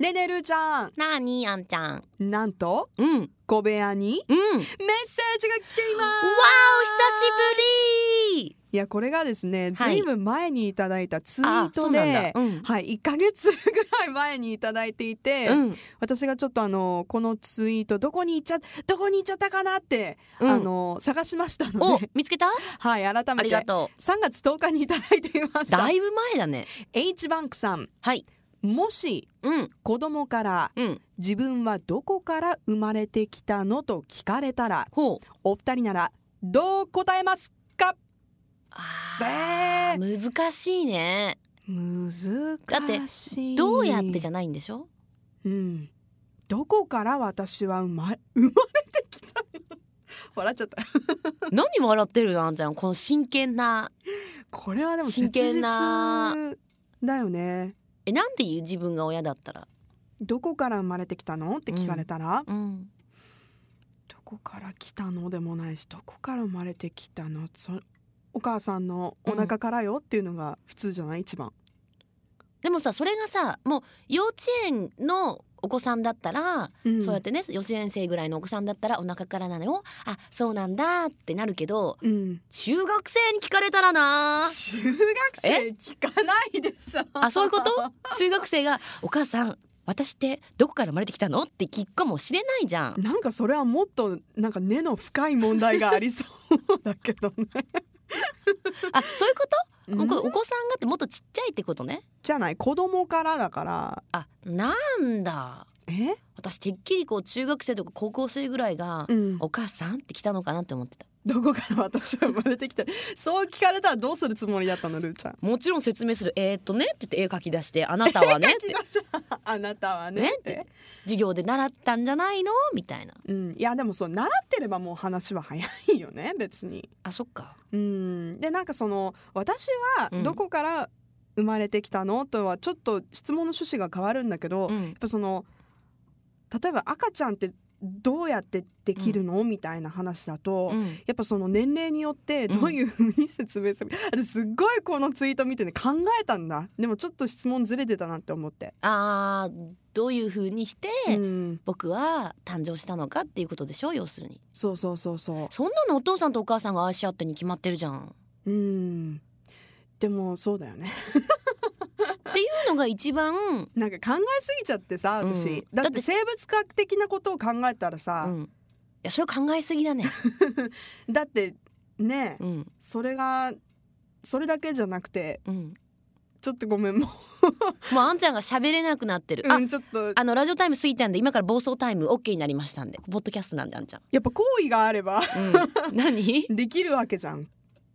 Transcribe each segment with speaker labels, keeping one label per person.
Speaker 1: ねねるちゃん
Speaker 2: なあにあんちゃん。
Speaker 1: なんと
Speaker 2: うん。うん。わ
Speaker 1: 小部屋に
Speaker 2: お久し
Speaker 1: メッセージが来ています
Speaker 2: ぶり。
Speaker 1: いやこれがですねず
Speaker 2: はい
Speaker 1: いぶん前にいただいたツイ
Speaker 2: あ
Speaker 1: ー
Speaker 2: そ
Speaker 1: ト
Speaker 2: う
Speaker 1: で、
Speaker 2: なんだ。うん。
Speaker 1: はい1ヶ月ぐらい前にいただいていて、
Speaker 2: うん。
Speaker 1: 私がちょっとあのこのツイートどこに行っちゃどこに行っちゃったかなって、
Speaker 2: うん
Speaker 1: あの探しましたの
Speaker 2: お
Speaker 1: で
Speaker 2: 見つけた？
Speaker 1: はい改
Speaker 2: あ
Speaker 1: め
Speaker 2: りが
Speaker 1: て
Speaker 2: と
Speaker 1: 3月10日にいただいていま
Speaker 2: う。
Speaker 1: した
Speaker 2: だいぶ前だね。
Speaker 1: H バンクさん
Speaker 2: はい。
Speaker 1: もし
Speaker 2: うん
Speaker 1: 子供から
Speaker 2: うん。
Speaker 1: 自分はどこから生まれてきたのと聞かれたら
Speaker 2: ほう。
Speaker 1: お二人ならどう答えますか
Speaker 2: ああ、
Speaker 1: え
Speaker 2: 難しいね。
Speaker 1: 難しい
Speaker 2: どうやってじゃないんでしょ？
Speaker 1: うん、どこから私は生ま生まれてきたの笑っちゃった
Speaker 2: 何笑ってるのあんちゃん。この真剣な。
Speaker 1: これはでも切
Speaker 2: 真剣
Speaker 1: 実
Speaker 2: な
Speaker 1: だよね
Speaker 2: えなんて言う自分が親だったら。
Speaker 1: どこから生まれてきたのって聞かれたら、
Speaker 2: うん。
Speaker 1: どこから来たのでもないしどこから生まれてきたのそお母さんのお腹からよっていうのが普通じゃない一番
Speaker 2: でもさそれがさもう幼稚園のお子さんだったら、
Speaker 1: うん
Speaker 2: そうやってね幼稚園生ぐらいのお子さんだったらお腹からなのよあそうなんだってなるけど
Speaker 1: うん
Speaker 2: 中学生に聞かれたらな
Speaker 1: 中学生聞かないでしょ
Speaker 2: あそういうこと 中学生が「お母さん私ってどこから生まれてきたの?」って聞くかもしれないじゃん。
Speaker 1: なんかそれはもっとなんか根の深い問題がありそうだけどね。
Speaker 2: あそういうこと
Speaker 1: う
Speaker 2: も
Speaker 1: ん
Speaker 2: うこれお子さんがってもっとちっちゃいってことね。
Speaker 1: じゃない子供からだから
Speaker 2: あなんだ
Speaker 1: え、
Speaker 2: 私てっきりこう中学生とか高校生ぐらいが
Speaker 1: うん
Speaker 2: 「お母さん?」って来たのかなって思ってた。
Speaker 1: どこから私は生まれてきたそう聞かれたらどうするつもりだったのルーちゃん。
Speaker 2: もちろん説明する「えー、っとね」って言って絵描き出して「あなたはね」っ
Speaker 1: 木
Speaker 2: て
Speaker 1: 田さんあなたはね
Speaker 2: ね
Speaker 1: って、
Speaker 2: 授業で習ったんじゃないのみたいな
Speaker 1: うん、いやでもそう習ってればもう話は早いよね別に。
Speaker 2: あそっか
Speaker 1: うん、でなんかその私は
Speaker 2: うん
Speaker 1: どこから生まれてきたのとはちょっと質問の趣旨が変わるんだけど、
Speaker 2: う
Speaker 1: やっ
Speaker 2: ん
Speaker 1: ぱその例えば赤ちゃんってどうやってできるの、みたいな話だと、
Speaker 2: うん
Speaker 1: やっぱその年齢によってどういうふうに説明する、私すっごいこのツイート見てね考えたんだでもちょっと質問ずれてたなって思って、
Speaker 2: あーどういうふうにして
Speaker 1: うん、
Speaker 2: 僕は誕生したのかっていうことでしょ要するに
Speaker 1: そうそうそうそ
Speaker 2: そんなのお父さんとお母さんが愛し合ってに決まってるじゃん
Speaker 1: ううんでもそうだよね
Speaker 2: っていうのが一番、
Speaker 1: なんか考えすぎちゃってさ私、
Speaker 2: うん
Speaker 1: だ
Speaker 2: だ
Speaker 1: っ
Speaker 2: って
Speaker 1: て生物学的なことを考えたら
Speaker 2: う
Speaker 1: さ、
Speaker 2: ん、いやそれ考えすぎ だね、
Speaker 1: だってね
Speaker 2: うん
Speaker 1: それがそれだけじゃなくて
Speaker 2: うん、
Speaker 1: ちょっとごめんも
Speaker 2: もうあんちゃんが喋れなくなってる、
Speaker 1: う、
Speaker 2: あ
Speaker 1: うん、ちょっと
Speaker 2: あのラジオタイム過ぎたんで今から暴走タイム OK になりましたんでポッドキャストなんであんちゃん、
Speaker 1: やっぱ好意があれば
Speaker 2: うん、何、
Speaker 1: できるわけじゃん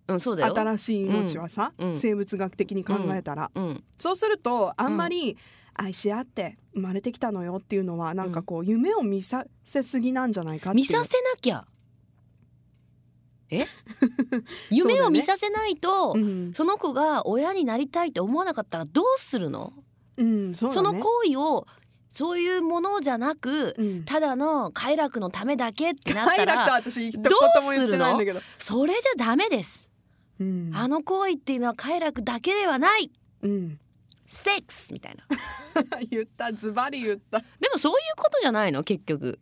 Speaker 2: うん、そうだよ、
Speaker 1: 新しい命はさ、
Speaker 2: うんうん
Speaker 1: 生物学的に考えたら、
Speaker 2: うん、
Speaker 1: そうするとあんまり愛し合って生まれてきたのよっていうのはなんかこう夢を見させすぎなんじゃないかっていう
Speaker 2: 見させなきゃ え夢を見させないとそ,、
Speaker 1: うん、
Speaker 2: の子が親になりたいって思わなかったらどうするの
Speaker 1: うん、そ
Speaker 2: そ,、
Speaker 1: うだね
Speaker 2: の行為をそういうものじゃなく、
Speaker 1: うん
Speaker 2: ただの快楽のためだけってなっ
Speaker 1: 快
Speaker 2: た
Speaker 1: 楽とは
Speaker 2: ら
Speaker 1: 私一言も言ってないんだけど
Speaker 2: それじゃダメです、
Speaker 1: うん
Speaker 2: あの行為っていうのは快楽だけではない
Speaker 1: うん、
Speaker 2: セックスみたいな
Speaker 1: 言ったズバリ言ったい
Speaker 2: でもそういうことじゃないの結局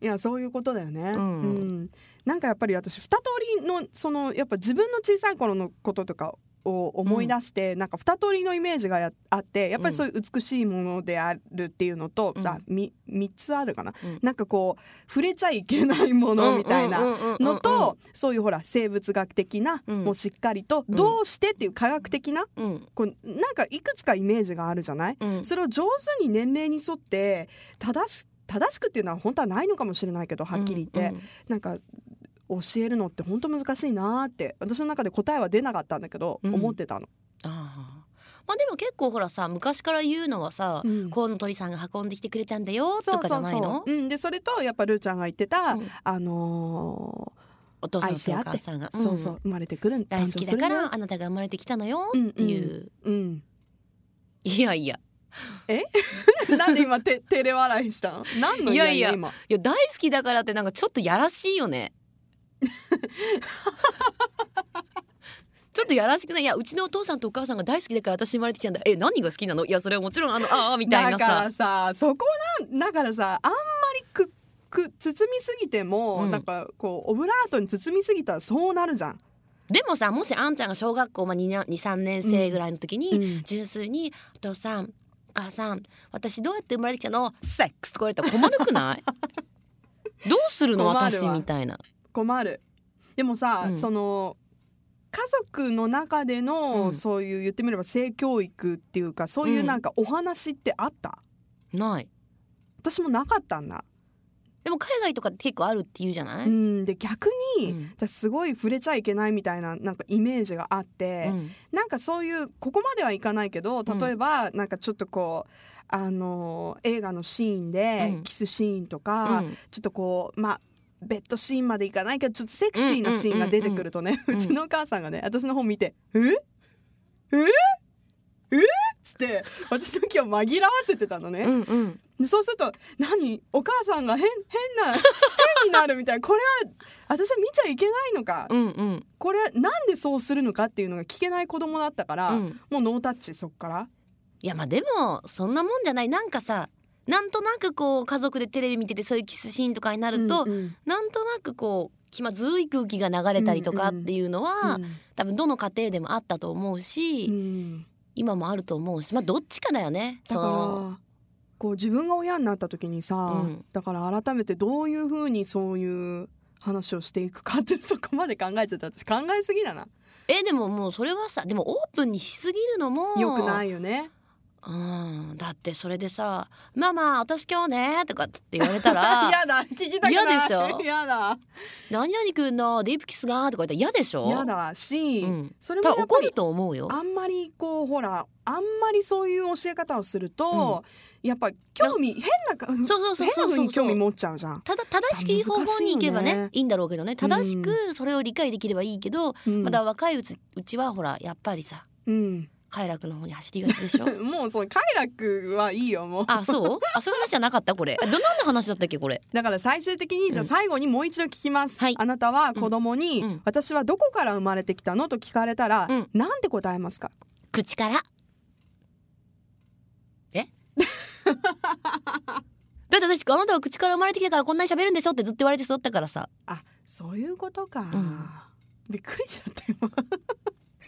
Speaker 1: やそういうことだよね、
Speaker 2: うん
Speaker 1: なんかやっぱり私二通りのそのやっぱ自分の小さい頃のこととかを思い出して、なんか二通りのイメージがやあってやっぱりそういう美しいものであるっていうのと、
Speaker 2: うん
Speaker 1: さみ三つあるかな、
Speaker 2: うん
Speaker 1: なんかこう触れちゃいけないものみたいな、のと、
Speaker 2: と
Speaker 1: そういうほら生物学的な、
Speaker 2: うん
Speaker 1: もうしっかりと
Speaker 2: うん
Speaker 1: どうしてっていう科学的な
Speaker 2: うん
Speaker 1: こうなんかいくつかイメージがあるじゃない
Speaker 2: うん
Speaker 1: それを上手に年齢に沿って正し正しくっていうのは本当はないのかもしれないけどはっきり言って、
Speaker 2: うんうん
Speaker 1: なんか教えるのって本当難しいなーって私の中で答えは出なかったんだけど、
Speaker 2: うん
Speaker 1: 思ってたの。
Speaker 2: ああまあでも結構ほらさ昔から言うのはさ、
Speaker 1: うん
Speaker 2: 河野鳥さんが運んできてくれたんだよとかじゃないの
Speaker 1: う、うん、でそれとやっぱルーちゃんが言ってた、
Speaker 2: うん
Speaker 1: あの
Speaker 2: お父
Speaker 1: 愛し
Speaker 2: さん
Speaker 1: 合っ
Speaker 2: と
Speaker 1: て
Speaker 2: お母さんが、
Speaker 1: ーそうそううん生まれてくる
Speaker 2: 大好きだか
Speaker 1: 誕生
Speaker 2: らあなたが生まれてきたのよっていう、
Speaker 1: するねうん
Speaker 2: いやいや
Speaker 1: なんで今て照れ笑いしたの何の
Speaker 2: いや
Speaker 1: い
Speaker 2: い
Speaker 1: や
Speaker 2: や
Speaker 1: 今
Speaker 2: いや大好きだからってなん かちょっとやらしいよねちょっとやらしくないいやうちのお父さんとお母さんが大好きだから私生まれてきたんだえ何が好きなのいやそれはもちろんあのああみたい
Speaker 1: だ
Speaker 2: な
Speaker 1: か
Speaker 2: さ
Speaker 1: らさそこなんだからさあんまりくく包みすぎても、
Speaker 2: うん
Speaker 1: なんかこうオブラートに包みすぎたらそうなるじゃん。
Speaker 2: でもさもしあんちゃんが小学校、まあ、23年生ぐらいの時に、純粋に「お父さんお母さん私どうやって生まれてきたのセックス」とか言われたら困るく ないどうするの
Speaker 1: 困るわ
Speaker 2: 私みたいな。
Speaker 1: 困るでもさ、
Speaker 2: うん
Speaker 1: その家族の中での、
Speaker 2: うん
Speaker 1: そういう言ってみれば性教育っていうかそういうなんかお話ってあった、
Speaker 2: ない
Speaker 1: 私もなかったんだ。
Speaker 2: でも海外とかって結構あるって言うじゃな
Speaker 1: う
Speaker 2: い、
Speaker 1: ん、で逆に、
Speaker 2: うん
Speaker 1: 私すごい触れちゃいけないみたいななんかイメージがあって。
Speaker 2: うん
Speaker 1: なんかそういうここまではいかないけど例えば、なんかちょっとこうあのー映画のシーンで
Speaker 2: うん
Speaker 1: キスシーンとか、
Speaker 2: うん
Speaker 1: ちょっとこうまあベッドシーンまでいかないけどちょっとセクシーなシーンが出てくるとね、 う
Speaker 2: うんうんうんうん
Speaker 1: ちのお母さんがね私の本見て「ええええっ?」つって私の気を紛らわせてたのね。
Speaker 2: うんうん
Speaker 1: でそうすると「何お母さんが変変な変になる」みたいなこれは私は見ちゃいけないのか
Speaker 2: うんうん
Speaker 1: これはなんでそうするのかっていうのが聞けない子供だったから。
Speaker 2: うん
Speaker 1: もうノータッチそっから
Speaker 2: いやまあでもそんなもんじゃないなんかさなんとなくこう家族でテレビ見ててそういうキスシーンとかになると、
Speaker 1: うんうん
Speaker 2: なんとなくこう気まずい空気が流れたりとかっていうのは、多分どの家庭でもあったと思うし、
Speaker 1: うん
Speaker 2: 今もあると思うしまあどっちかだよね。
Speaker 1: だ
Speaker 2: その
Speaker 1: からこう自分が親になった時にさ、
Speaker 2: うん
Speaker 1: だから改めてどういうふうにそういう話をしていくかってそこまで考えちゃった私考えすぎだな
Speaker 2: えでももうそれはさでもオープンにしすぎるのも、
Speaker 1: よくないいよね
Speaker 2: うん、だってそれでさ「ママ私今日ね」とかって言われたら
Speaker 1: 嫌だ聞 きたくない
Speaker 2: 嫌でしょ
Speaker 1: 嫌だ
Speaker 2: 「何々くんのディープキスが」とか言ったら嫌でしょ
Speaker 1: 嫌だし、
Speaker 2: うん、
Speaker 1: それも
Speaker 2: 多
Speaker 1: や
Speaker 2: 分
Speaker 1: っぱ
Speaker 2: 怒
Speaker 1: り
Speaker 2: ると思うよ。
Speaker 1: あんまりこうほらあんまりそういう教え方をすると、やっぱ興味変なか変
Speaker 2: そうそうそう
Speaker 1: な
Speaker 2: そう
Speaker 1: 風
Speaker 2: そう
Speaker 1: に興
Speaker 2: そ
Speaker 1: 味
Speaker 2: う。
Speaker 1: 持っちゃうじゃん。
Speaker 2: ただ正しき方法に行けば
Speaker 1: 難しい
Speaker 2: ね
Speaker 1: よ
Speaker 2: い
Speaker 1: ね
Speaker 2: いんだろうけどね正しくそれを理解できればいいけど、
Speaker 1: うん
Speaker 2: まだ若いうちうちはほらやっぱりさ
Speaker 1: うん、
Speaker 2: 快楽の方に走りがちで しょ
Speaker 1: もうその快楽はいいよもう
Speaker 2: あそうあそういう話じゃなかったこれど何の話だったっけこれ
Speaker 1: だから最終的にじゃあ
Speaker 2: うん
Speaker 1: 最後にもう一度聞きます、
Speaker 2: はい
Speaker 1: あなたは子供に、
Speaker 2: うんうん
Speaker 1: 私はどこから生まれてきたのと聞かれたら、
Speaker 2: うん
Speaker 1: なんて答えますか
Speaker 2: 口からえ だって私あなたは口から生まれてきたからこんなに喋るんでしょってずっと言われて育ったからさ
Speaker 1: あそういうことか、
Speaker 2: ん
Speaker 1: びっくりしちゃった今